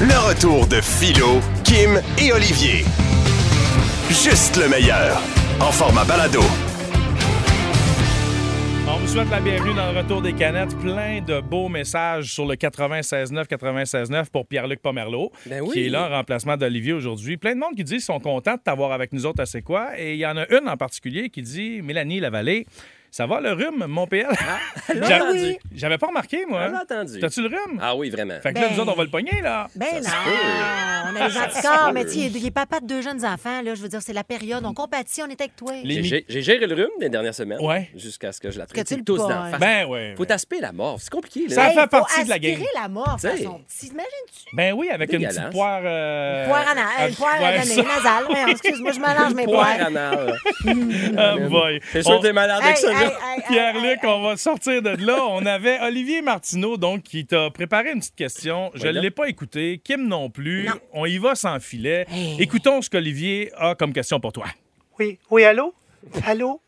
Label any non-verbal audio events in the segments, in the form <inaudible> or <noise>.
Le retour de Philo, Kim et Olivier. Juste le meilleur. En format balado. On vous souhaite la bienvenue dans le Retour des Canettes. Plein de beaux messages sur le 96.9, 96.9 pour Pierre-Luc Pomerleau, Ben oui. qui est là en remplacement d'Olivier aujourd'hui. Plein de monde qui dit qu'ils sont contents de t'avoir avec nous autres à C'est quoi. Et il y en a une en particulier qui dit Mélanie Lavallée, ça va le rhume, mon PL Ah, <laughs> l'a J'a- entendu. J'avais pas remarqué, moi. Elle l'a entendu. T'as-tu le rhume Ah oui, vraiment. Fait que là, Ben- nous autres, on va le pogner, là. Ben Ça non, se peut. on a les Ça se anticorps, peut. mais tu sais, il est papa de deux jeunes enfants, là, je veux dire, c'est la période, on compatit, on est avec toi. Les- J'ai- mi- J'ai j'ai géré le rhume des dernières semaines. Ouais. Jusqu'à ce que je la Que tu traite le tous dans pognes. la face. Ben oui. Faut t'asper la mort. C'est compliqué, Ça là. Hey, fait faut partie de la aspirer game. la mort T'sais. façon petit. T'imagines-tu? Ben oui, avec une petite Dégueulasse. poire. euh, Poire en a- euh, euh, poire à ouais, la ça. nez, nasale. Voyons, Excuse-moi, je mélange mes Poire poires. anale. Ah, boy. C'est sûr On- que <laughs> t'es malade Hey, avec ça, hey, là. hey, hey, Pierre-Luc, hey, on va sortir de là. On avait Olivier Martineau, donc, qui t'a préparé une petite question. Je ne Voilà. l'ai pas écouté. Kim non plus. On y va sans filet. Écoutons ce qu'Olivier a comme question pour toi. Oui, oui, allô? Allô?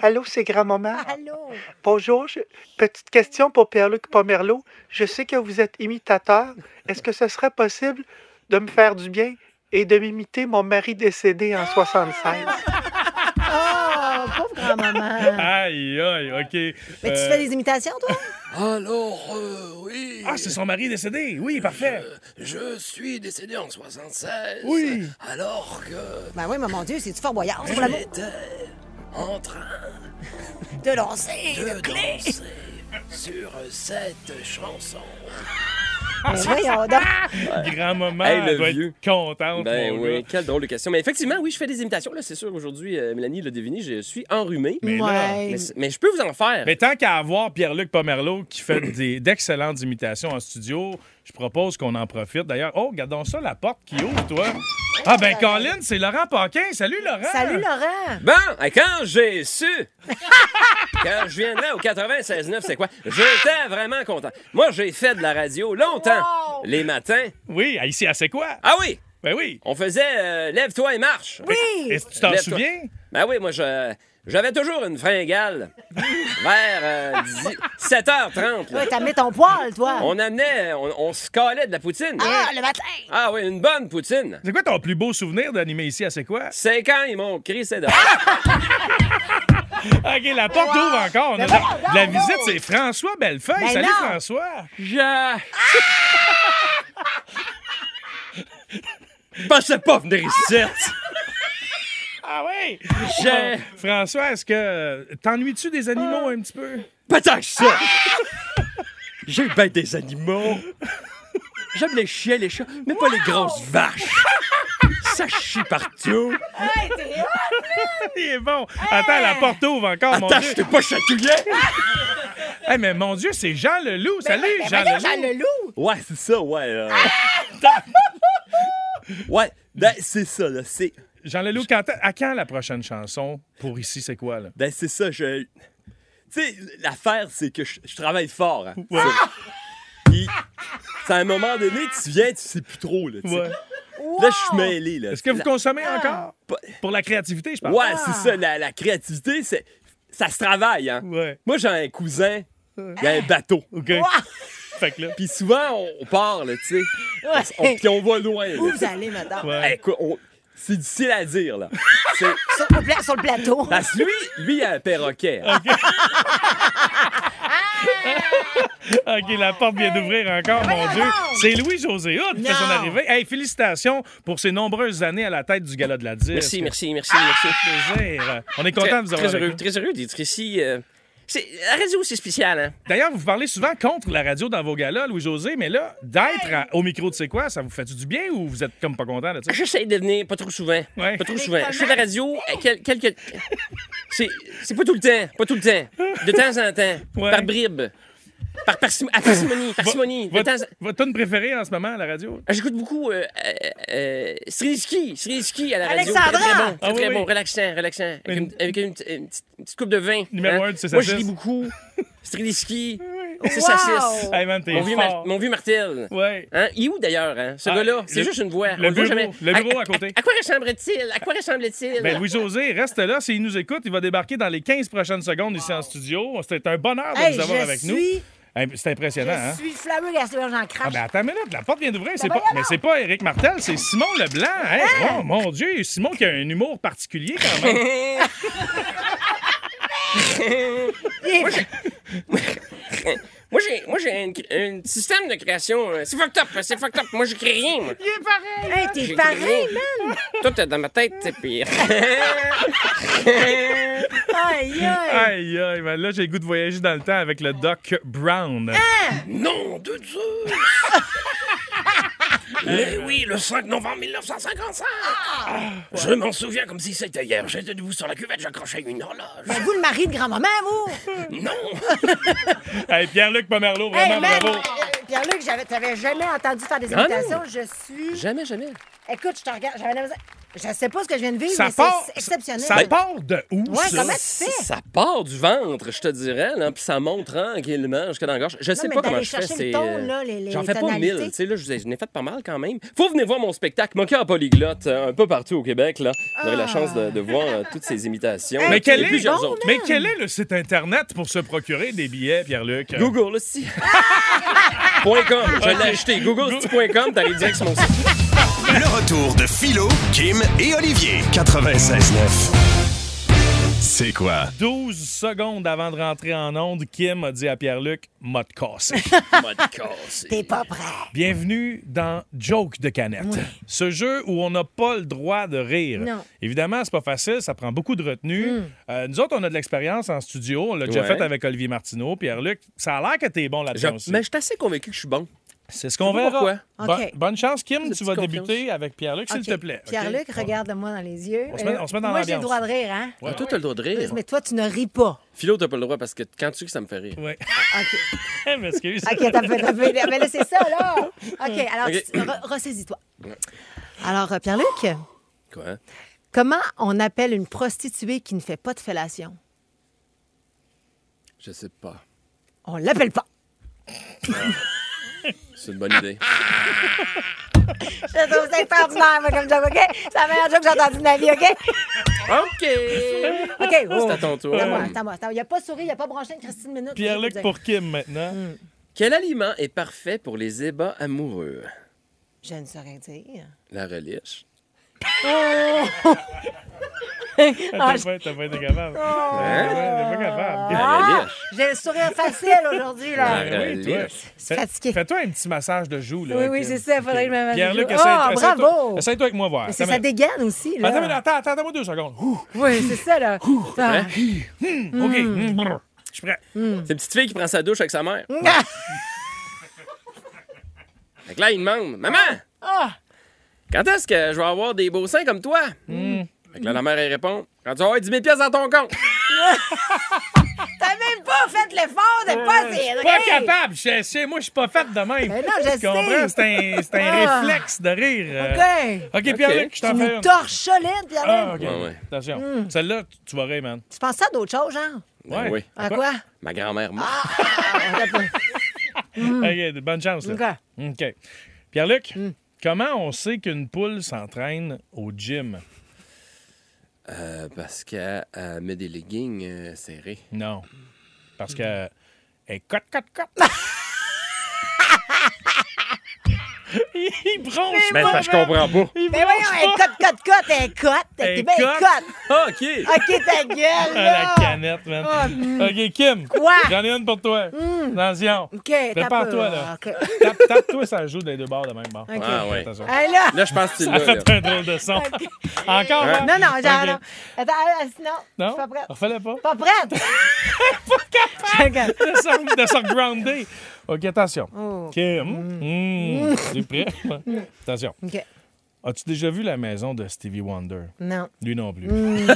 Allô, c'est grand-maman? Allô? Bonjour, je- petite question pour Pierre-Luc Pomerleau. Je sais que vous êtes imitateur. Est-ce que ce serait possible de me faire du bien et de m'imiter mon mari décédé en 76? Oh, pauvre grand-maman. Aïe, aïe, OK. Ah. Mais tu Euh, fais des imitations, toi? Alors, euh, oui, Ah, c'est son mari décédé. Oui, parfait. Euh. je suis décédé en 76. Oui. Alors que Ben oui, mais mon Dieu, c'est-tu fort boyard? Pour Euh. l'amour j'étais en train de lancer, de de clé. danser sur cette chanson. Ben voyons donc. Grand-maman, Hey, le elle doit vieux. être contente. Ben mon oui, gars. quelle drôle de question. Mais effectivement, oui, je fais des imitations. Là, c'est sûr, aujourd'hui, euh, Mélanie l'a deviné, je suis enrhumé. Mais, Ouais. c- mais je peux vous en faire. Mais tant qu'à avoir Pierre-Luc Pomerleau qui <clears throat> fait des- d'excellentes imitations en studio, je propose qu'on en profite. D'ailleurs, oh, regardons ça, la porte qui ouvre, toi. Ah, ben, Colin, c'est Laurent Paquin. Salut, Laurent. Oh Salut, Laurent. Bon, et quand j'ai <laughs> su. Quand je viens de là au 96.9, c'est quoi? J'étais vraiment content. Moi, j'ai fait de la radio longtemps. Wow! Les matins. Oui, à ici, à c'est quoi? Ah oui! Ben oui. On faisait euh, Lève-toi et marche. Oui. Est-ce que tu t'en Lève-toi. souviens? Ben oui, moi, je- j'avais toujours une fringale vers euh, 10 7h30. là. Ouais, t'as mis ton poil, toi. On amenait, on, on se calait de la poutine. Ah, le matin. Ah oui, une bonne poutine. C'est quoi ton plus beau souvenir d'animer ici à C'est quoi? C'est quand ils m'ont crié c'est dehors. Ah! OK, la porte ouvre encore. On a de la, de la visite, c'est François Bellefeuille. Ben Salut, non. François. Je... Je pensais pas venir ici. Ah oui? Je... François, est-ce que euh, t'ennuies-tu des animaux un petit peu? <laughs> Pas tant que ça. J'ai bien des animaux. J'aime les chiens, les chats, mais pas les grosses vaches. Ça chie partout. Il est bon. Attends, la porte ouvre encore, mon Dieu. Attache, t'es pas chatouillé. Hey, mais mon Dieu, c'est Jean Leloup. Salut, Ben Jean voyons, Leloup. Jean Leloup. Ouais, c'est ça, ouais. euh. ouais, ben, c'est ça, là. C'est, Jean Leloup, quand- à quand la prochaine chanson pour ici, c'est quoi, là? ben, c'est ça, je. Tu sais, l'affaire, c'est que je, je travaille fort. hein. Ouais. Puis, c'est à un moment donné, tu viens, tu sais plus trop, là. tu sais. Ouais. Là, je suis mêlé, là. Est-ce que vous La- consommez encore? Pour la créativité, je parle. Ouais, c'est ça, la, la créativité, c'est... ça se travaille, hein. Ouais. Moi, j'ai un cousin, il a un bateau. OK. Fait que là. Puis souvent, on, on part, là, tu sais. Ouais. On- Puis on va loin, là. Où vous allez, madame? Ouais. Hey, quoi, on- C'est difficile à dire, là. C'est- Sur, au pla- sur le plateau. Parce que lui, lui, il a un perroquet. hein. OK, la porte vient d'ouvrir encore, mon Dieu. C'est Louis-José Hood qui fait son Non. arrivée. Hey, félicitations pour ces nombreuses années à la tête du Gala de la Disque. Merci, merci, merci, merci. Plaisir. On est content Très, de vous très avoir. avec heureux, nous. très heureux d'être ici. euh, c'est- la radio, c'est spécial, hein? D'ailleurs, vous parlez souvent contre la radio dans vos galas, Louis-José, mais là, d'être à- au micro de C'est quoi, ça vous fait du bien ou vous êtes comme pas content de <laughs> ça? J'essaie de venir pas trop souvent. Ouais. Pas trop souvent. Je fais de la radio euh, quel- quelques. C'est, c'est pas tout le temps, pas tout le temps. De temps en temps. Ouais. Par bribes. Par parcimo- à parcimonie, parcimonie. de temps Votre, en- votre tune préférée en ce moment à la radio? Ah, J'écoute beaucoup euh, euh, euh, Srisky, Srisky à la radio. Alexandra! Très, très bon, Ah très, très oui, bon, oui. relaxant, relaxant. Avec, Mais- une, avec une petite- une petite, une petite coupe de vin. Hein? Numéro un du CSS. Moi, je lis beaucoup Srisky, CSS. Wow! Hey, man, t'es Mon vieux, fort. Mar- mon vieux Martel. Ouais. Hein? Il est où d'ailleurs, hein? ce Ah, gars-là? C'est le- juste une voix. le On voit bureau- le bureau à côté. À, quoi ressemble-t-il? À quoi ressemble-t-il? Ben, Louis-José, reste là. S'il nous écoute, il va débarquer dans les 15 prochaines secondes ici en studio. C'était un bonheur de Hey, vous avoir avec je nous. suis Imp- C'est impressionnant, hein? Je suis flammeux, la semaine, j'en Ah, crache. ben attends une minute, la porte vient d'ouvrir. C'est Ben pas... voyons Ah! Mais c'est pas Éric Martel, c'est Simon Leblanc. Hey, Oh mon Dieu, Simon qui a un humour particulier quand <laughs> même. Il est- Moi, j'ai, moi, j'ai un, un système de création. euh, C'est fucked up, c'est fucked up. Moi, j'écris rien, moi. ben, Hey, t'es pareil, man! Tout est dans ma tête, c'est <laughs> pire. Aïe, aïe! Aïe, aïe, ben là, j'ai le goût de voyager dans le temps avec le Doc Brown. Ah! Nom de Dieu! <laughs> Mais oui, le 5 novembre 1955! Ah! Je m'en souviens comme si c'était hier. J'étais debout sur la cuvette, j'accrochais une horloge. Ben, vous, le mari de grand-maman, <laughs> vous! Non! Hey, Pierre-Luc Pomerleau, vraiment Hey, man! bravo. Ah euh, Pierre-Luc, j'avais- t'avais jamais entendu faire des imitations. Je suis. Jamais, jamais. Écoute, je te regarde. J'avais la misère- Je sais pas ce que je viens de vivre, Ça mais part, c'est exceptionnel. Ben, ça part de où, Ouais, ça? comment tu fais? Ça part du ventre, je te dirais, là, puis ça monte tranquillement jusqu'à dans la gorge. Je sais mais pas comment d'aller je fais. chercher le c'est, ton, euh, là, les- les J'en fais pas tonalités. mille. Tu sais, là, je vous ai- je n'ai fait pas mal quand même. Faut venir voir mon spectacle, Moqueur en polyglotte, euh, un peu partout au Québec. Là. Vous aurez la chance de, de Ah! voir euh, toutes ces imitations. Mais quel quel, est... plusieurs bon, autres. mais quel est le site Internet pour se procurer des billets, Pierre-Luc? Google aussi. <laughs> Point .com, je l'ai acheté. Google c'est point .com, t'allais direct sur mon site. Le retour de Philo, Kim et Olivier. 96.9. C'est quoi? 12 secondes avant de rentrer en onde, Kim a dit à Pierre-Luc, m'a te casser. M'a de cassé. T'es pas prêt. Bienvenue dans Joke de Canette. Ce jeu où on n'a pas le droit de rire. Non. Hmm. Évidemment, c'est pas facile, ça prend beaucoup de retenue. Euh, nous autres, on a de l'expérience en studio. On l'a déjà Ouais. fait avec Olivier Martineau, Pierre-Luc. Ça a l'air que t'es bon Je- là-dedans aussi. mais je suis assez convaincu que je suis bon. C'est ce qu'on Je sais pas verra. pourquoi. Bon- OK. bonne chance, Kim. Petite Tu vas confiance. débuter avec Pierre-Luc, s'il OK. te plaît. OK? Pierre-Luc, On- regarde-moi dans les yeux. Euh, On se met- on se met dans Moi, j'ai le l'ambiance. droit de rire, hein? Ah, toi, t'as le droit de rire. Mais toi, tu ne ris pas. Philo, t'as pas le droit parce que quand tu que ça me fait rire. Ouais. OK. <laughs> Ah, M'excuse. <laughs> OK, t'as fait, t'as fait. Mais là, c'est ça, là. OK, alors, OK. tu- re- ressaisis-toi. Alors, euh, Pierre-Luc, Quoi? comment on appelle une prostituée qui ne fait pas de fellation? Je sais pas. On l'appelle pas. C'est une bonne idée. <laughs> Je trouve ça extraordinaire, moi, comme joke, OK? C'est la meilleure joke que j'ai entendue de ma vie, OK? OK! OK, oh. C'est <laughs> à ton tour. Attends, moi, attends, moi, attends. Il a pas souri, il a pas branché une Christine Minute. Pierre-Luc Je vais te dire. pour Kim maintenant. Hmm. Quel aliment est parfait pour les ébats amoureux? Je ne saurais dire. La reliche. Ah, T'es pas Oh! t'es pas été capable. T'es pas t'es pas Hein? capable. La reliche. J'ai le sourire facile aujourd'hui, là. La Ah! oui, toi. reliche. C'est fatigué. Fais-toi un petit massage de joue. Là, Oui, oui, Kim. c'est ça. Faudrait que je me mette Pierre-Luc, des essaie, joues. Oh, essaie-toi- bravo! essaie-toi avec moi voir. Mais c'est Attends ça une minute. dégaine aussi, là. Attends, mais attends, attends, attends-moi deux secondes. Ouh, Oui, c'est ça, là. Ah. OK. Hmm. Mm, brr. Je suis prêt. C'est une petite fille qui prend sa douche avec sa Hmm. mère. hein? Ah! Fait que là, il demande Maman! Ah! Quand est-ce que je vais avoir des beaux seins comme toi? Hmm. Fait que là, la mère, elle répond Quand tu vas avoir 10 000 pièces dans ton compte. <laughs> T'as même pas fait l'effort de pas dire. Pas capable. Je- je- moi, je suis pas faite de même. Mais non, je Tu comprends? sais. C'est un, c'est un Ah. réflexe de rire. euh. OK. OK, Pierre-Luc, je Tu t'en fais nous Hmm. une. torches solide, Pierre-Luc. Ah, OK. Ouais, ouais. Attention. Celle-là, tu- tu vas rire, man. Tu penses à d'autres choses, genre? Ben Ouais. Ah! oui. À quoi? Ma grand-mère, moi. OK, bonne chance. Là. Hmm. OK. Hmm. OK. Pierre-Luc, comment on sait qu'une poule s'entraîne au gym? Euh, parce qu'elle elle met des leggings euh, serrés. Non. Parce que. Hey, cote, cote, cote! Il bronche! Ben, Ah, pas, parce que je comprends pas. Il Mais voyons, elle cote, cote, cote, elle cote. T'es Elle bien cote. cote. OK! OK, <laughs> ta Ah, gueule, la là. canette, man. OK, Kim. Ah, hmm. Quoi? Hmm. J'en ai une pour toi. Attention. OK, t'as Prépare-toi, peur. là. OK. <laughs> Tape- Tape-toi, ça joue des deux bords de même bord. OK. Ah, ouais. Attention. Hey, là. Là, je pense que tu Ça l'as. là. fait un drôle de son. Encore, hein? Non, non, genre, Ok. non. Attends, euh, sinon, je Non? Ah. suis pas prête. Refais-le pas. Pas <laughs> prête? pas capable. de se, de se grounder. OK, attention. Oh. Hmm. Kim. Mm. T'es prêt? <laughs> attention. OK. As-tu déjà vu la maison de Stevie Wonder? Non. Lui non plus. Hmm.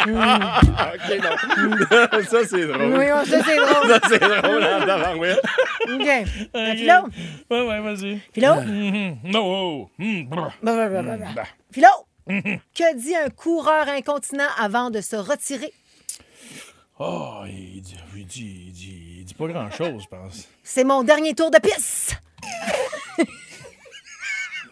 OK, non. <laughs> ça, c'est drôle. Oui, on sait, c'est drôle. Ça, c'est drôle, en tabarouette. OK. T'as OK. Philo? Ouais, ouais, vas-y. Philo? Ah. Mhm. No. oh. Mm, brr. Bah, bah, bah, bah, bah. <laughs> Philo? Que dit un coureur incontinent avant de se retirer? Oh, il dit, il dit, il dit, il dit pas grand-chose, je pense. C'est mon dernier tour de piste. <laughs>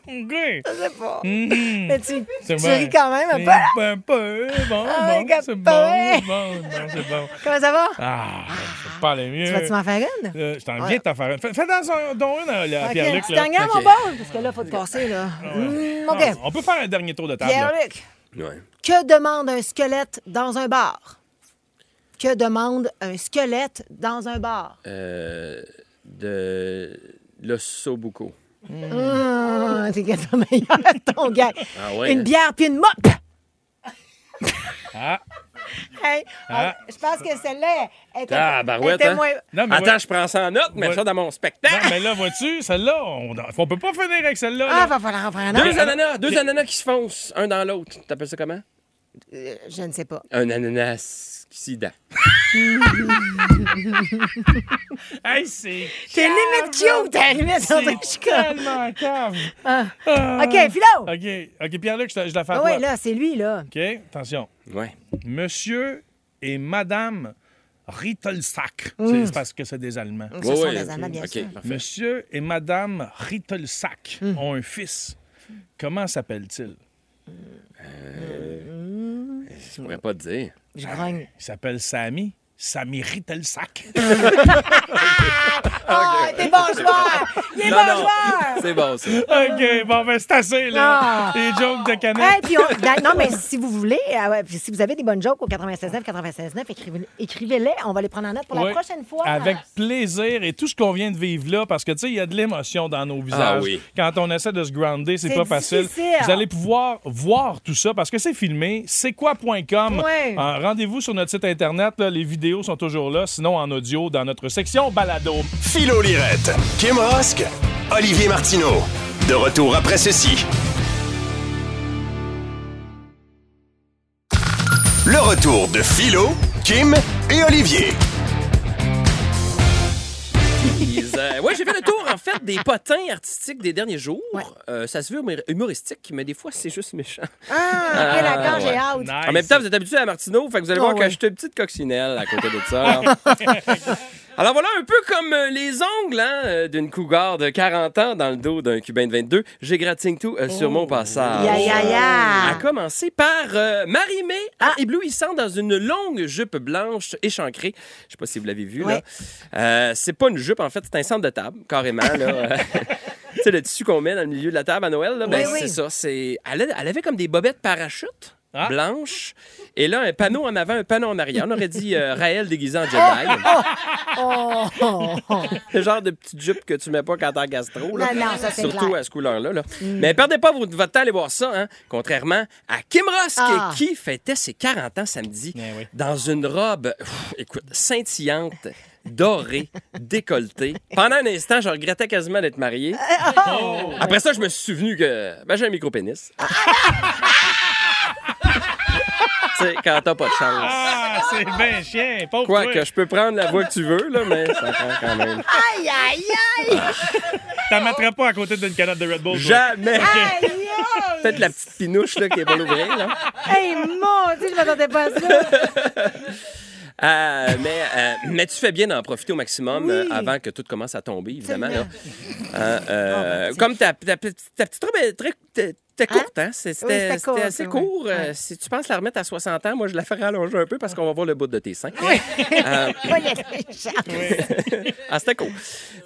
OK. Ben, Je sais pas. Mais tu, tu Mm. C'est Mm. bon. ris quand même un peu. là. Un peu, bon, Ah, ben, bon, regarde c'est bon, pas, hein. <laughs> bon, bon, c'est bon. Comment ça va? Ah, je sais parlais mieux. Tu vas-tu m'en faire une? Euh, je t'en viens de t'en faire une. Fais, fais dans un, dont une à, à Ok, un Pierre-Luc. petit là. gagnant, mon Ok. bol, parce que là, faut te passer, là. Hmm, Ah, OK. On peut faire un dernier tour de table. là. Pierre-Luc, Ouais. que demande un squelette dans un bar? Que demande un squelette dans un bar? Euh, de l'ossobuco. Ah, T'es quasiment meilleur à ton gars. <laughs> Ah ouais, Une hein? bière puis une mop! Ah. <laughs> Hey, on- Ah. Je pense que celle-là elle était, Ah, barouette, était hein? moins... Non, mais Attends, ouais. je prends ça en note, mais Ouais. ça dans mon Non, spectacle. Ah, mais là, vois-tu, celle-là, on ne peut pas finir avec celle-là. Ah, là. va falloir en prendre un. Deux ananas, deux ananas qui se foncent, un dans l'autre. T'appelles ça comment? Euh, Je ne sais pas. Un ananas qui s'y dent. Hey, <laughs> c'est T'es limite cute, t'es limite en train de c'est chicoler. tellement cave. Ah. OK, Philo! OK, OK, Pierre-Luc, je, te- je la fais à Ah toi. oui, là, c'est lui, là. OK, attention. Ouais. Monsieur et Madame Rittelsack. Mmh. C'est parce que c'est des Allemands. Ce sont des Allemands, bien OK, sûr. parfait. Monsieur et Madame Rittelsack Mmh. ont un fils. Comment s'appelle-t-il? Je pourrais pas te dire. Je grogne. Il s'appelle Samy. Samy <laughs> Rittelsack. Ah, t'es bon joueur! Il est Non, bon non. joueur! C'est bon, ça. OK, bon, ben c'est assez, là. Ah. Les jokes de Hey, canette. puis on- da- non, mais si vous voulez, ah ouais, puis si vous avez des bonnes jokes au 96.9, 96.9, écrivez- écrivez-les. On va les prendre en note pour Oui. la prochaine fois. Avec plaisir et tout ce qu'on vient de vivre là, parce que tu sais, il y a de l'émotion dans nos visages. Ah oui. Quand on essaie de se grounder, c'est C'est pas facile. difficile. Vous allez pouvoir voir tout ça parce que c'est filmé. C'est quoi.com. Ouais. Euh, Rendez-vous sur notre site internet. là, les vidéos sont toujours là, sinon en audio dans notre section balado. Philo Lirette, Kim Rosk, Olivier Martineau. De retour après ceci. Le retour de Philo, Kim et Olivier. Ils, euh, ouais, j'ai fait le tour, en fait, des potins artistiques des derniers jours. Euh, ça se veut humor- humoristique, mais des fois, c'est juste méchant. Ah, ok, d'accord, j'ai ouais. hâte. Nice. En même temps, vous êtes habitué à Martineau, fait que vous allez voir Ah que ouais. j'étais une petite coccinelle à côté de <laughs> ça. Alors voilà, un peu comme euh, les ongles hein, euh, d'une cougar de 40 ans dans le dos d'un Cubain de 22, j'égratigne tout euh, sur Oh. mon passage. Ya, ya, ya. À commencer par euh, Marie-Mé, Ah. en éblouissant dans une longue jupe blanche échancrée. Je sais pas si vous l'avez vu, là. Ouais. Euh, c'est pas une jupe, en fait, c'est un centre de table, carrément, <laughs> là. tu sais, le tissu qu'on met dans le milieu de la table à Noël, là, ben, Oui, oui. c'est ça. C'est... Elle, a- elle avait comme des bobettes parachutes Ah. blanches. Et là, un panneau en avant, un panneau en arrière. On aurait dit euh, Raël déguisé en Jedi. Oh, oh, oh. <laughs> le genre de petite jupe que tu mets pas quand t'es en gastro. là. Non, non, ça, c'est Surtout clair. Mm. à ce couleur-là. là. Mais perdez pas votre, votre temps à aller voir ça, hein. contrairement à Kim Ross, Ah. qui, qui fêtait ses 40 ans samedi Eh oui. dans une robe, pff, écoute, scintillante, dorée, décolletée. Pendant un instant, je regrettais quasiment d'être marié. Après ça, je me suis souvenu que ben, j'ai un micro-pénis. Ah! tu sais, quand t'as pas de chance. Ah, c'est bien chien. Pauvre Quoi toi. que je peux prendre la voix que tu veux, là, mais ça prend quand même. Aïe, aïe, aïe! T'en mettrais pas à côté d'une canette de Red Bull. toi. Jamais! Aïe, aïe! Peut-être la petite pinouche là, qui est pas hein. l'ouvrir. Là. Hey, mon Dieu, je m'attendais pas à ça. Euh, mais, euh, mais tu fais bien d'en profiter au maximum euh, avant que tout commence à tomber, évidemment. Là. Hein, Oh, euh, comme ta, ta, petite- ta petite robe est très. t'es- t'es courte, hein? C'est- Oui, C'était c'était court, c'était assez ça, court. ouais. Euh, Si tu penses la remettre à 60 ans, moi, je la ferai allonger un peu parce qu'on va voir le bout de tes seins. Euh, Pas les méchants. Ah, c'était cool.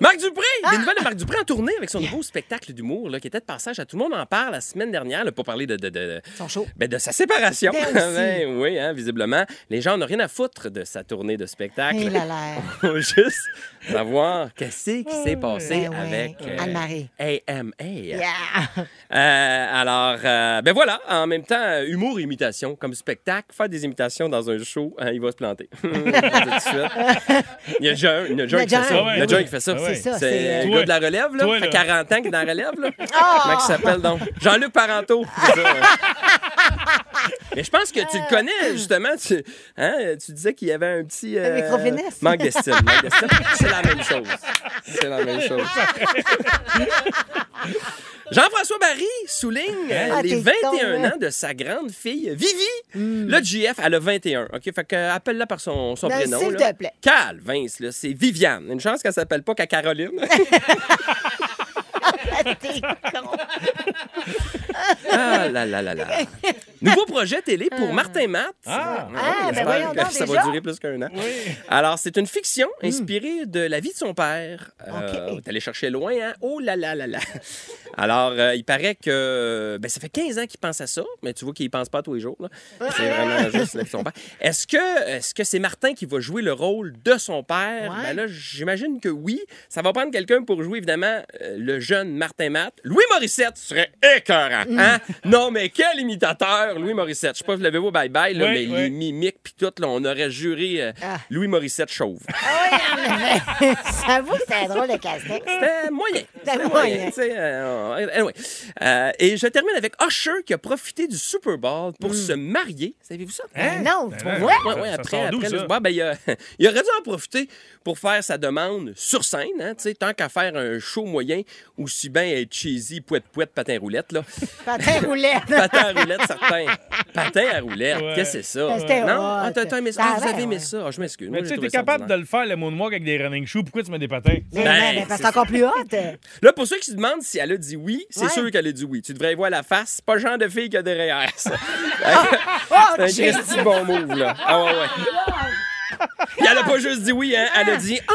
Marc Dupré, Ah! des nouvelles de Marc Dupré en tournée avec son nouveau spectacle d'humour là, qui était de passage à tout le monde en parle la semaine dernière. Là, pas parler de, de, de, Ils sont chauds. ben, de sa séparation. Ben aussi. <laughs> Ben oui, hein, visiblement. Les gens n'ont rien à foutre de sa tournée de spectacle. Il a l'air. <laughs> faut juste savoir qu'est-ce qui s'est passé Ben ouais. avec euh, Anne-Marie. AMA. Yeah. <laughs> Euh, alors, euh, ben voilà, en même temps, euh, humour et imitation, comme spectacle, faire des imitations dans un show, hein, il va se planter. <laughs> Je vous le dis tout de suite. il y a déjà un, il y a déjà un qui fait Ah ça. ouais, Il y a déjà oui. un qui fait ça. Ah ouais. C'est ça, C'est c'est, le euh, gars de la relève, là. Toi, Ça fait là. 40 ans qu'il est dans la relève, <laughs> là. Comment il s'appelle donc? Jean-Luc Parenteau. <laughs> C'est ça, ouais. Mais je pense que tu le connais, justement. Tu, hein, tu disais qu'il y avait un petit. euh, micro-pénis. Manque d'estime. manque <laughs> d'estime. C'est la même chose. C'est la même chose. Jean-François Barry souligne euh, Ah, les t'es 21 con, hein. Hmm. ans de sa grande fille, Vivi. Là, JF, elle a 21. OK, fait que, euh, appelle-la par son, son Ben, prénom. s'il là. te plaît. Calvince, là, c'est Viviane. Une chance qu'elle s'appelle pas qu'à <laughs> Caroline. T'es con. ah là là là là. Nouveau projet télé pour Martin Matt. Ah. Ouais, Ah, ben j'espère voyons donc que ça va déjà. Hmm. durer plus qu'un an. Alors, c'est une fiction inspirée de la vie de son père. Euh, Ok. T'allais chercher loin, hein? Oh là là là là! Alors, euh, il paraît que ben, ça fait 15 ans qu'il pense à ça, mais tu vois qu'il y pense pas tous les jours. là. C'est vraiment juste la vie de son père. Est-ce que est-ce que c'est Martin qui va jouer le rôle de son père? Ouais. Ben là, j'imagine que oui. Ça va prendre quelqu'un pour jouer, évidemment, euh, le jeune Martin Matt. Louis Morissette serait écœurant, hein? non, mais quel imitateur, Louis Morissette. Je sais pas si vous l'avez vu au Bye Bye, là, Oui, mais oui. les mimiques puis tout, là, on aurait juré euh, Ah. Louis Morissette chauve. J'avoue que c'est un drôle de casting. C'était <laughs> Euh, moyen. C'était moyen. tu sais, euh, anyway. Euh, et je termine avec Usher qui a profité du Super Bowl pour se marier. Savez-vous ça? Mais Non, tu Ben, vois? Hein? Ouais, Hmm. Ça- ouais, ça après, sort d'où, après le ça? Super Bowl, ben, il, a- <laughs> il aurait dû en profiter pour faire sa demande sur scène. Hein, tu sais, tant qu'à faire un show moyen, aussi bien être cheesy, pouette-pouette, <laughs> patin-roulette. là. Patin roulette. Patin à roulette, certain. Patin à roulette, Ouais. qu'est-ce que c'est ça? C'était non? hot. Ah, t'as- t'as aimé ça? Ça Ah, vous avait, avez aimé ouais. ça? Ah, je m'excuse. Moi, Mais j'ai tu sais, trouvé t'es ça capable de ordinaire. le faire, le moonwalk, avec des running shoes. Pourquoi tu mets des patins? Ben, Mais non, mais parce que c'est c'est encore plus haute. Là, pour ceux qui se demandent si elle a dit oui, c'est Ouais. sûr qu'elle a dit oui. Tu devrais y voir la face. C'est pas le genre de fille qu'il y a derrière ça. Oh, c'est un Jésus. Christy bon move, là. Ah ouais, ouais. Puis elle a pas juste dit oui, hein. Elle a dit ah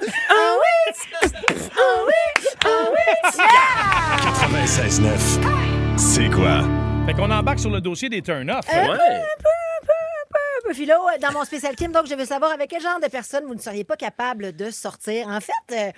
oui, ah oui, ah oui, ah oui. 96.9. C'est quoi? Fait qu'on embarque sur le dossier des turn-offs. Ouais. Peu philo, dans mon spécial Kim, donc je veux savoir avec quel genre de personne vous ne seriez pas capable de sortir. En fait, euh,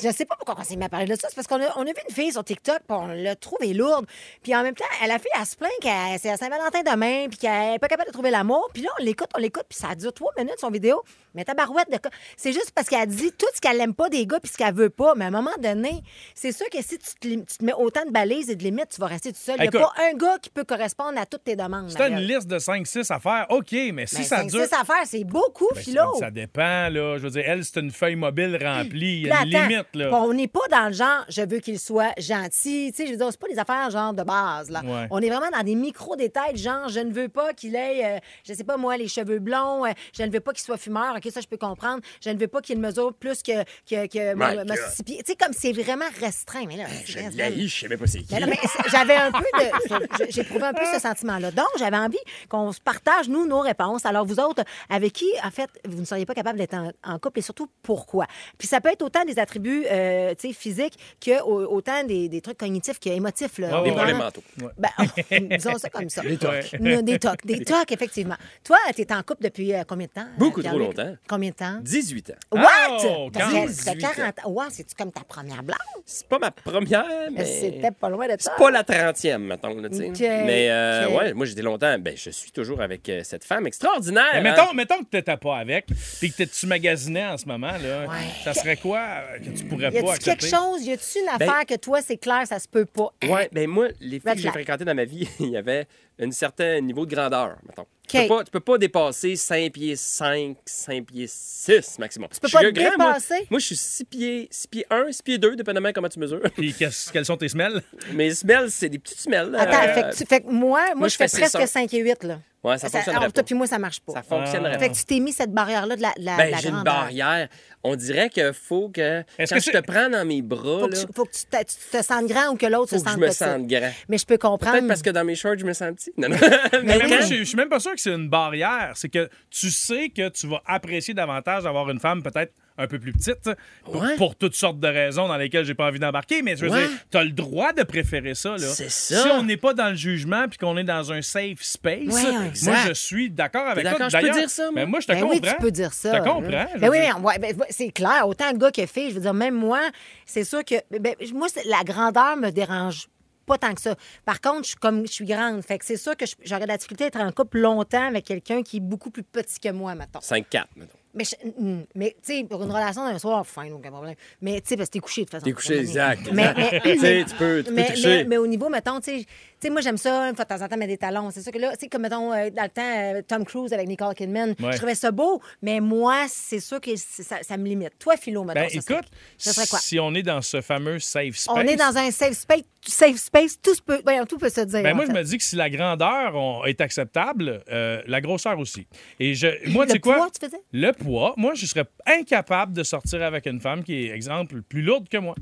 je ne sais pas pourquoi on s'est mis à parler de ça. C'est parce qu'on a, on a vu une fille sur TikTok, puis on l'a trouvée lourde. Puis en même temps, elle a fait à se plaindre qu'elle c'est à Saint-Valentin demain, puis qu'elle n'est pas capable de trouver l'amour. Puis là, on l'écoute, on l'écoute, puis ça dure trois minutes son vidéo. Mais tabarouette de co- C'est juste parce qu'elle dit tout ce qu'elle n'aime pas des gars, puis ce qu'elle veut pas. Mais à un moment donné, c'est sûr que si tu te, lim- tu te mets autant de balises et de limites, tu vas rester tout seul. Il n'y a Écoute. pas un gars qui peut correspondre à toutes tes demandes. C'est une Marie-Ève. liste de 5-6 à faire. OK, mais si Ben, ça cinq, dure. six affaires, c'est beaucoup, Ben, Philo. Ça dépend, là. Je veux dire, elle, c'est une feuille mobile remplie. Il y Là, a une attends, limite, là. On n'est pas dans le genre, je veux qu'il soit gentil. Tu sais, je veux dire, c'est pas des affaires genre de base, là. Ouais. On est vraiment dans des micro-détails, genre, je ne veux pas qu'il ait, euh, je sais pas moi, les cheveux blonds, euh, je ne veux pas qu'il soit fumeur, OK, ça, je peux comprendre. Je ne veux pas qu'il mesure plus que, que, que My mon- ma- God. six pieds. Tu sais, comme c'est vraiment restreint. Mais là, Je c'est restreint. l'ai, je savais pas c'est qui. Mais Ben non, mais c'est- j'avais un peu de. c'est- J'éprouvais un peu ce sentiment-là. Donc, j'avais envie qu'on se partage, nous, nos réponses. Alors, vous autres, avec qui, en fait, vous ne seriez pas capable d'être en, en couple et surtout pourquoi? Puis, ça peut être autant des attributs euh, tu sais, physiques que au- autant des, des trucs cognitifs que émotifs. Là. Ah, Des ouais. problèmes mentaux. Ben, <laughs> disons ça comme ça. Des tocs. Des tocs, des tocs, effectivement. Toi, tu es en couple depuis euh, combien de temps? Beaucoup Pierre-Luc? trop longtemps. Combien de temps? 18 ans. Ah, Oh, What? quand T'as- même. t'as 40 ans. Wow, c'est-tu comme ta première blague? C'est pas ma première, mais. C'était pas loin de ça. Ben, C'est pas la 30e, mettons. Là, tu sais. Ok, Mais euh, ok. ouais, moi, j'étais longtemps. Ben, je suis toujours avec euh, cette femme extraordinaire. Mais hein. Ben, mettons, mettons que t'étais pas avec, puis que t'es- tu magasinais en ce moment, là. Ouais. Ça serait quoi euh, que tu pourrais Y pas a-tu quelque accepter? chose, y a-tu une affaire que toi, c'est clair, ça se peut pas? Ben Ouais, ben moi, les filles Red que j'ai flag. fréquentées dans ma vie, <laughs> il y avait un certain niveau de grandeur, mettons. Tu, OK. peux pas, tu peux pas dépasser 5 pieds 5, 5 pieds 6 maximum. Tu peux pas te Moi, dépasser? moi, je suis 6 pieds, 6 pieds 1, 6 pieds 2, dépendamment comment tu mesures. <laughs> Puis qu'est-ce- quelles sont tes semelles? Mes semelles, c'est des petites semelles. Attends, euh, fait, que tu- fait que moi, moi, je je fais fais six, presque 5 et 8, là. Euh, Ouais, ça fonctionnerait pas. alors, Toi, puis moi, ça marche pas. Ça fonctionnerait Ah. pas. Fait que tu t'es mis cette barrière-là de la, de la, de Ben, la j'ai une grandeur. barrière. On dirait qu'il faut que Est-ce quand que je c'est- te prends dans mes bras, Faut que, là, tu, faut que tu, te, tu te sentes grand ou que l'autre se faut que sente je me petit. sente grand. Mais je peux comprendre. Peut-être parce que dans mes shorts, je me sens petit. Non, non. <laughs> Mais moi, quand- je je suis même pas sûr que c'est une barrière. C'est que tu sais que tu vas apprécier davantage d'avoir une femme peut-être un peu plus petite t'sais, pour, Ouais. pour toutes sortes de raisons dans lesquelles j'ai pas envie d'embarquer. Mais je veux Ouais. dire, t'as le droit de préférer ça. là. C'est ça. Si on n'est pas dans le jugement puis qu'on est dans un safe space, moi, exact. je suis d'accord avec T'es toi. d'accord, je peux D'ailleurs, dire ça, moi? ben, moi, je te Ben comprends. oui, tu peux dire ça. Je te comprends. je Ben veux oui, dire. mais ouais, ben, c'est clair. Autant gars que fille, je veux dire, même moi, c'est sûr que. ben, moi, c'est- la grandeur me dérange pas tant que ça. Par contre, je suis comme je suis grande. Fait que c'est sûr que je- j'aurais de la difficulté à être en couple longtemps avec quelqu'un qui est beaucoup plus petit que moi, maintenant. 5-4, mettons. Mais, je- mm, mais tu sais, pour une relation d'un soir, fine, aucun problème. Mais tu sais, parce que t'es couché, de toute façon. T'es couché, exact. Mais, mais, Tu sais, tu peux- tu peux mais, te coucher. mais, mais au niveau, mettons, tu sais, tu sais, moi, j'aime ça, une fois de temps en temps, mettre des talons. C'est sûr que là, tu sais, comme, mettons, euh, dans le temps, euh, Tom Cruise avec Nicole Kidman, Ouais. je trouvais ça beau, mais moi, c'est sûr que c'est- ça, ça me limite. Toi, Philo, mettons, Ben, ça serait- écoute, ben, ça serait quoi? si on est dans ce fameux safe space... On est dans un safe space, safe space tout, se peut, voyons, tout peut se dire. Ben en moi, je fait. me dis que si la grandeur on- est acceptable, euh, la grosseur aussi. Et je, moi, Le tu sais quoi? poids, tu faisais? Le poids. Moi, je serais incapable de sortir avec une femme qui est, exemple, plus lourde que moi.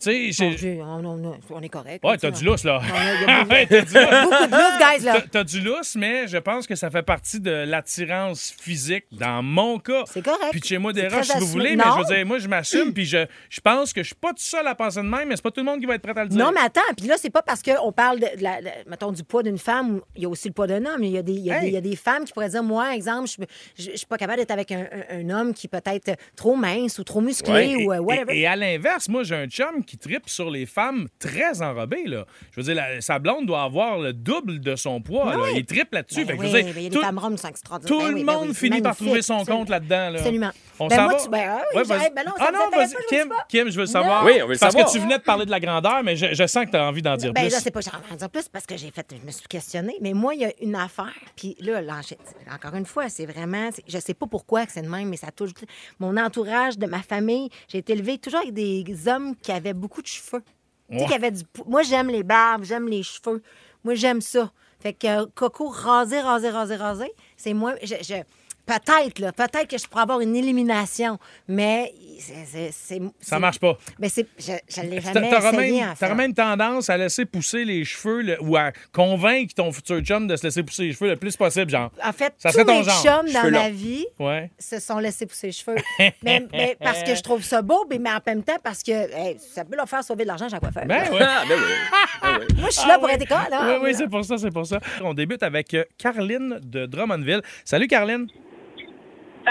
Tu sais, Mon j'ai- Dieu, on, on- on est correct. Ouais, là, t'as tu du vois. lousse, là. On a- il y a <laughs> beaucoup- Ouais, t'as du lousse. beaucoup de lousse, guys, là. T'as- T'as du lousse, mais je pense que ça fait partie de l'attirance physique, dans mon cas. C'est correct. Puis chez moi C'est des roches, si très vous assumé. voulez, mais je Non. veux dire, moi, je m'assume, puis je, je pense que je suis pas tout seul à penser de même, mais c'est pas tout le monde qui va être prêt à le dire. Non, mais attends, puis là, c'est pas parce qu'on parle, de, de la, de- mettons, du poids d'une femme, il y a aussi le poids d'un homme. Il y, a des, il y a Hey. des- il y a des femmes qui pourraient dire, moi, exemple, je je- je suis pas capable d'être avec un, un- un homme qui peut être trop mince ou trop musclé Ouais, ou euh, et- whatever. et- et à l'inverse, moi, j'ai un chum qui tripe sur les femmes très enrobées. Là. Je veux dire, la- sa blonde doit avoir le double de son poids. là. Il triple là-dessus. Ben Fait que oui, je veux ben dire, il y a des tout- femmes rondes qui sont extraordinaires. tout Ben le oui, ben monde oui, c'est finit par magnifique. trouver son Absolument. compte là-dedans. là. Absolument. On Ben s'en moi, va? tu- ben, ah oui, Ouais, j'ai- vas-y. eh, ben non, ça ah vous non, intéresse vas-y. pas, je vous Kim, dis pas. Kim, je veux le Non. savoir. Oui, on veut le Parce savoir. que tu venais de parler de la grandeur, mais je, je sens que tu as envie d'en dire Ben plus. là, c'est pas genre en dire plus parce que j'ai fait, je me suis questionnée, mais moi, il y a une affaire, puis là, l'enchaî- encore une fois, c'est vraiment, c'est- je sais pas pourquoi que c'est de même, mais ça touche mon entourage, de ma famille. J'ai été élevée toujours avec des hommes qui avaient beaucoup de cheveux. Tu sais, qui avaient du pou- Moi, j'aime les barbes, j'aime les cheveux. Moi, j'aime ça. Fait que euh, Coco, rasé, rasé, rasé, rasé, c'est moi, je... je- Peut-être, là. Peut-être que je pourrais avoir une élimination, mais c'est- c'est- c'est. Ça marche pas. Mais c'est. Je, je l'ai T'as- jamais T'auras essayé, en même, fait. t'auras même tendance à laisser pousser les cheveux le- ou à convaincre ton futur chum de se laisser pousser les cheveux le plus possible, genre. En fait, Ça tous serait ton mes genre, chums dans cheveux ma longs. vie Ouais. se sont laissés pousser les <laughs> cheveux. mais, mais parce que je trouve ça beau, mais mais en même temps, parce que hey, ça peut leur faire sauver de l'argent à chaque coiffeur. Ben ouais. Ah, ben oui. Ben oui. Moi, je suis là Ah pour oui. être école. Oui, Hein? oui, c'est pour ça, c'est pour ça. On débute avec euh, Caroline de Drummondville. Salut, Caroline.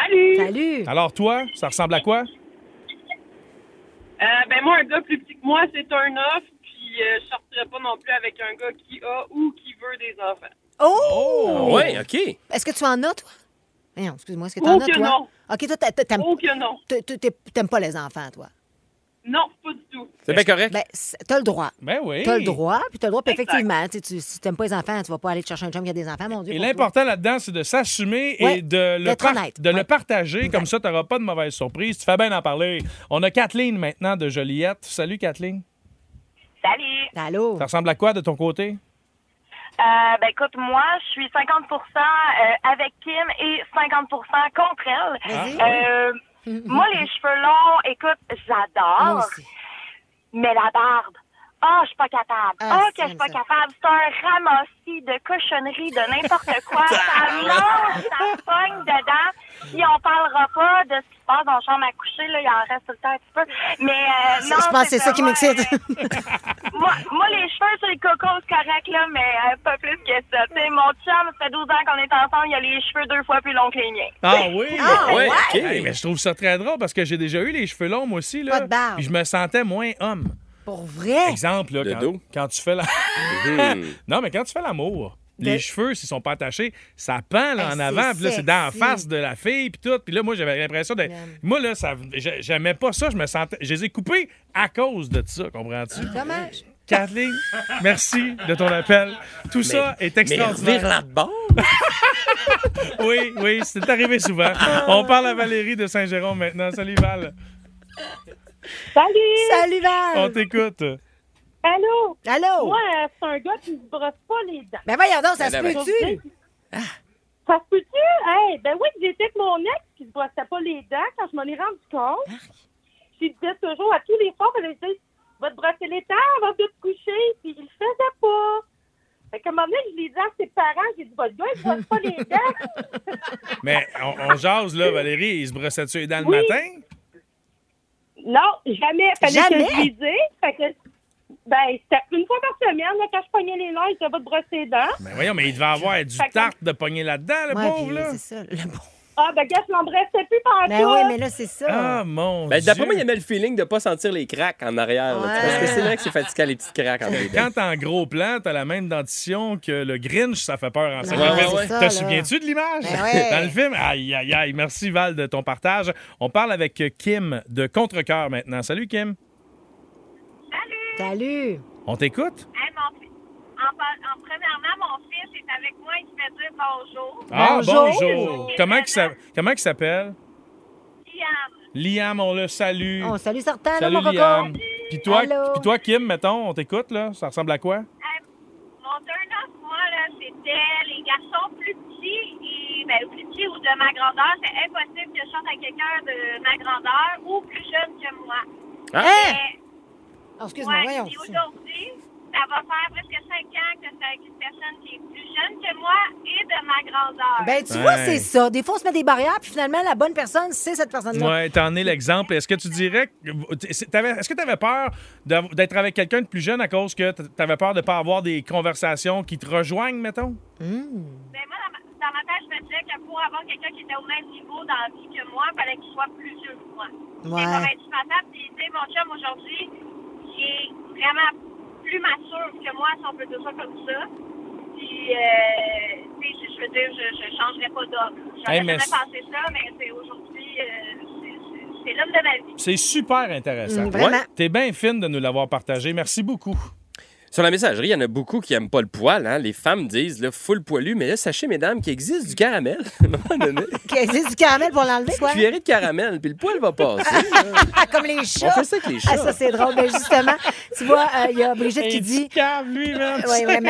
Salut! Salut. Alors, toi, ça ressemble à quoi? Euh, ben moi, un gars plus petit que moi, c'est un off, puis euh, je sortirai pas non plus avec un gars qui a ou qui veut des enfants. Oh! Ah ouais, OK. Est-ce que tu en as, toi? Voyons, excuse-moi, est-ce que tu en Oh as, que toi? non. OK, toi, t'a- t'a- t'aimes Oh que non! t'a- t'a- t'a- t'aimes pas les enfants, toi. Non, pas du tout. C'est bien correct. Ben, c'est- t'as le droit. Ben oui. T'as le droit, puis t'as le droit, puis Exact. effectivement, tu sais, tu, si t'aimes pas les enfants, tu vas pas aller te chercher un chum qui a des enfants, mon Dieu. Et pour toi. l'important là-dedans, c'est de s'assumer Ouais, et de, le, d'être par- honnête. de le Ouais. partager. Comme ça, tu n'auras pas de mauvaise surprise. Tu fais bien d'en parler. On a Kathleen maintenant de Joliette. Salut, Kathleen. Salut! Allô? Ça ressemble à quoi de ton côté? Euh, ben écoute, moi, je suis 50 euh, avec Kim et 50 contre elle. Vas-y. Euh, moi, les cheveux longs, écoute, Moi j'adore, aussi. mais la barbe, ah, je suis pas capable. Ah, Ah, si, que je suis pas j'aime ça. capable. C'est un ramassis de cochonneries, de n'importe quoi. <laughs> ça mange, ça pogne dedans. Puis on parlera pas de ce qui se passe dans la chambre à coucher, là, il en reste tout le temps un petit peu. Mais euh, non, je pense que c'est ça qui vraiment, m'excite. euh, moi, moi, les cheveux sur les cocos, c'est correct, là, mais euh, pas plus que ça. Tu sais, mon chum, ça fait 12 ans qu'on est ensemble, il a les cheveux deux fois plus longs que les miens. Ah oui! Ah ouais, OK. Hey, mais je trouve ça très drôle parce que j'ai déjà eu les cheveux longs, moi aussi. Là, Pas de barbe. Puis je me sentais moins homme. <laughs> Pour vrai? Exemple, là, Le quand, dos. quand tu fais la... Mhm. <laughs> Non, mais quand tu fais l'amour, Ben- les cheveux, s'ils sont pas attachés, ça pend là, Hey, en Ah, c'est avant, puis là, c'est dans la sexy. face de la fille, puis tout. Puis là, moi, j'avais l'impression de. J'aime. Moi, là, ça... j'a- j'aimais pas ça. Je me sentais. Je les ai coupés à cause de ça, comprends-tu? Dommage. Kathleen, merci de ton appel. Tout ça est Mais extraordinaire. revire la bord. Oui, oui, c'est arrivé souvent. On parle à Valérie de Saint-Jérôme maintenant. Salut, Val. Salut! Salut, On Val! t'écoute. Allô? Oh. euh, Allô? c'est un gars qui se brosse pas les dents. Ben voyons donc, ça se Ben là, peut-tu? Ah. Ça se peut-tu? Hey, ben oui, j'étais avec mon ex qui se brossait pas les dents quand je m'en ai rendu compte. Je disais toujours à tous les soirs, je disais, va te brosser les dents avant de te coucher. Puis il le faisait pas. Fait qu'à un moment donné, je l'ai dit à ses parents, j'ai dit, votre gars, il se brosse pas les dents. Mais on, on jase, là, Valérie. Il se brossait dessus les dents le Oui. matin? Non, jamais. Fallait Jamais? que je lui dise. Fait que, ben, c'était une fois par semaine, là, quand je pognais les lèvres, je devais te brosser les dents. Mais Ben voyons, mais il devait avoir du Fait que- tarte de pogner là-dedans, le Ouais, pauvre, puis là. c'est ça, le bon. Ah, ben, gars, je l'embrassais plus pendant Ben oui, mais là, c'est ça. Ah, mon Ben, Dieu. D'après moi, il aimait le feeling de pas sentir les cracks en arrière. là, tu sais, Ouais. Parce que c'est vrai que c'est fatigant, les petites craques en <laughs> dedans. Quand t'es en gros plan, t'as la même dentition que le Grinch, ça fait peur en ce ouais, moment. ouais. Te Ça, là. souviens-tu de l'image? Ben ouais. Dans le film? Aïe, aïe, aïe. Merci, Val, de ton partage. On parle avec Kim de Contrecoeur maintenant. Salut, Kim. Salut! On t'écoute? en, premièrement, mon fils est avec moi, il me fait dire bonjour. Ah, Bonjour. bonjour. Comment qu'il s'a- comment qu'il s'appelle? euh, Liam, on le salue. On salue certains, là, Salut, mon coco! Liam. Puis toi, Allô. puis toi, Kim, mettons, on t'écoute, là. Ça ressemble à quoi? Mon turn-off, moi, là, c'était les garçons plus petits et ben, plus petits ou de ma grandeur. C'est impossible Hein? que je chante à quelqu'un de ma grandeur ou plus jeune que moi. Ah. Mais Ah, excuse-moi, Ouais, voyons. puis aujourd'hui, ça va faire presque 5 ans que c'est avec une personne qui est plus jeune que moi et de ma grandeur. Ben, tu vois, Ouais. c'est ça. Des fois, on se met des barrières, puis finalement, la bonne personne, c'est cette personne-là. Ouais, t'en es l'exemple. Est-ce que tu dirais. que- t'es- c'est- t'avais- Est-ce que tu avais peur d'av- d'être avec quelqu'un de plus jeune à cause que tu avais peur de pas avoir des conversations qui te rejoignent, mettons? Ben, moi, dans ma, dans ma tête, je me disais que pour avoir quelqu'un qui était au même niveau dans la vie que moi, il fallait qu'il soit plus vieux que moi. Ouais. C'est comme indispensable. Puis, tu sais, mon chum aujourd'hui, il est vraiment plus mature que moi, si on peut dire ça comme ça. Puis, euh, tu sais, je, je veux dire, je, je changerais pas d'homme. J'aurais Hey, mais jamais c'est- pensé ça, mais c'est aujourd'hui, euh, c'est- c'est- c'est l'homme de ma vie. C'est super intéressant. Mm, vraiment. T'es bien fine de nous l'avoir partagé. Merci beaucoup. Sur la messagerie, il y en a beaucoup qui n'aiment pas le poil. Hein. Les femmes disent, là, full poilu. Mais là, sachez, mesdames, qu'il existe du caramel. <laughs> À un moment donné, Qu'elle dise du caramel pour l'enlever, quoi. cuillerée de caramel, puis le poil va passer. <laughs> Ah, comme les On chats. fait ça avec les Ah, ça, chats. c'est drôle. Ben, justement, tu vois, euh, il y a Brigitte qui dit. Cave, lui, man. Oui, vraiment.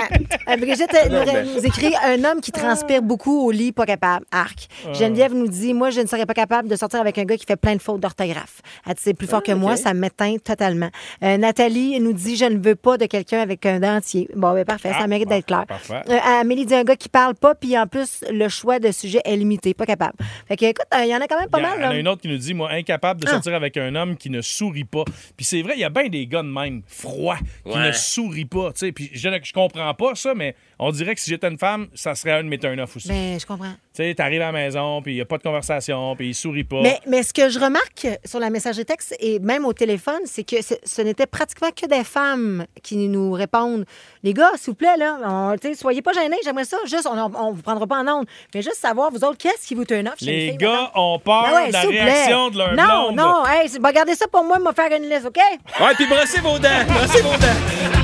Euh, Brigitte euh, Non, nous, mais- nous écrit un homme qui Ah. transpire beaucoup au lit, pas capable. Arc. Geneviève nous dit Moi, je ne serais pas capable de sortir avec un gars qui fait plein de fautes d'orthographe. Elle dit C'est plus Ah, fort que moi, ça m'éteint totalement. Euh, Nathalie nous dit Je ne veux pas de quelqu'un avec un dentier. Bon, ben parfait, ça mérite bon, d'être clair. Ah, parfait. Euh, Amélie dit un gars qui parle pas, puis en plus, le choix de sujet est limité, pas capable. Fait que, écoute, euh, il y en a quand même pas Il y a- mal. Il Ah. y en là. a une autre qui nous dit, moi, incapable de sortir avec un homme qui ne sourit pas. Puis c'est vrai, il y a bien des gars de même, froids, qui Ouais. ne sourient pas. tu sais. Puis je ne je comprends pas ça, mais on dirait que si j'étais une femme, ça serait un de mes turn-off aussi. Ben, je comprends. Tu sais, t'arrives à la maison, puis il n'y a pas de conversation, puis il sourit pas. Mais, mais ce que je remarque sur la messagerie texte et même au téléphone, c'est que ce, ce n'était pratiquement que des femmes qui nous répondent. Les gars, s'il vous plaît, là, on- tu sais, soyez pas gênés, j'aimerais ça. Juste, on, on vous prendra pas en onde. Mais juste savoir, vous autres, qu'est-ce qui vous turn off chez Les filles, gars mettons? ont peur Ben ouais, de la s'il vous plaît. réaction de leur Non, blonde. non, hey, c'est- ben, gardez ça pour moi, me faire une liste, OK? Ouais, puis brossez vos dents. Brossez vos dents.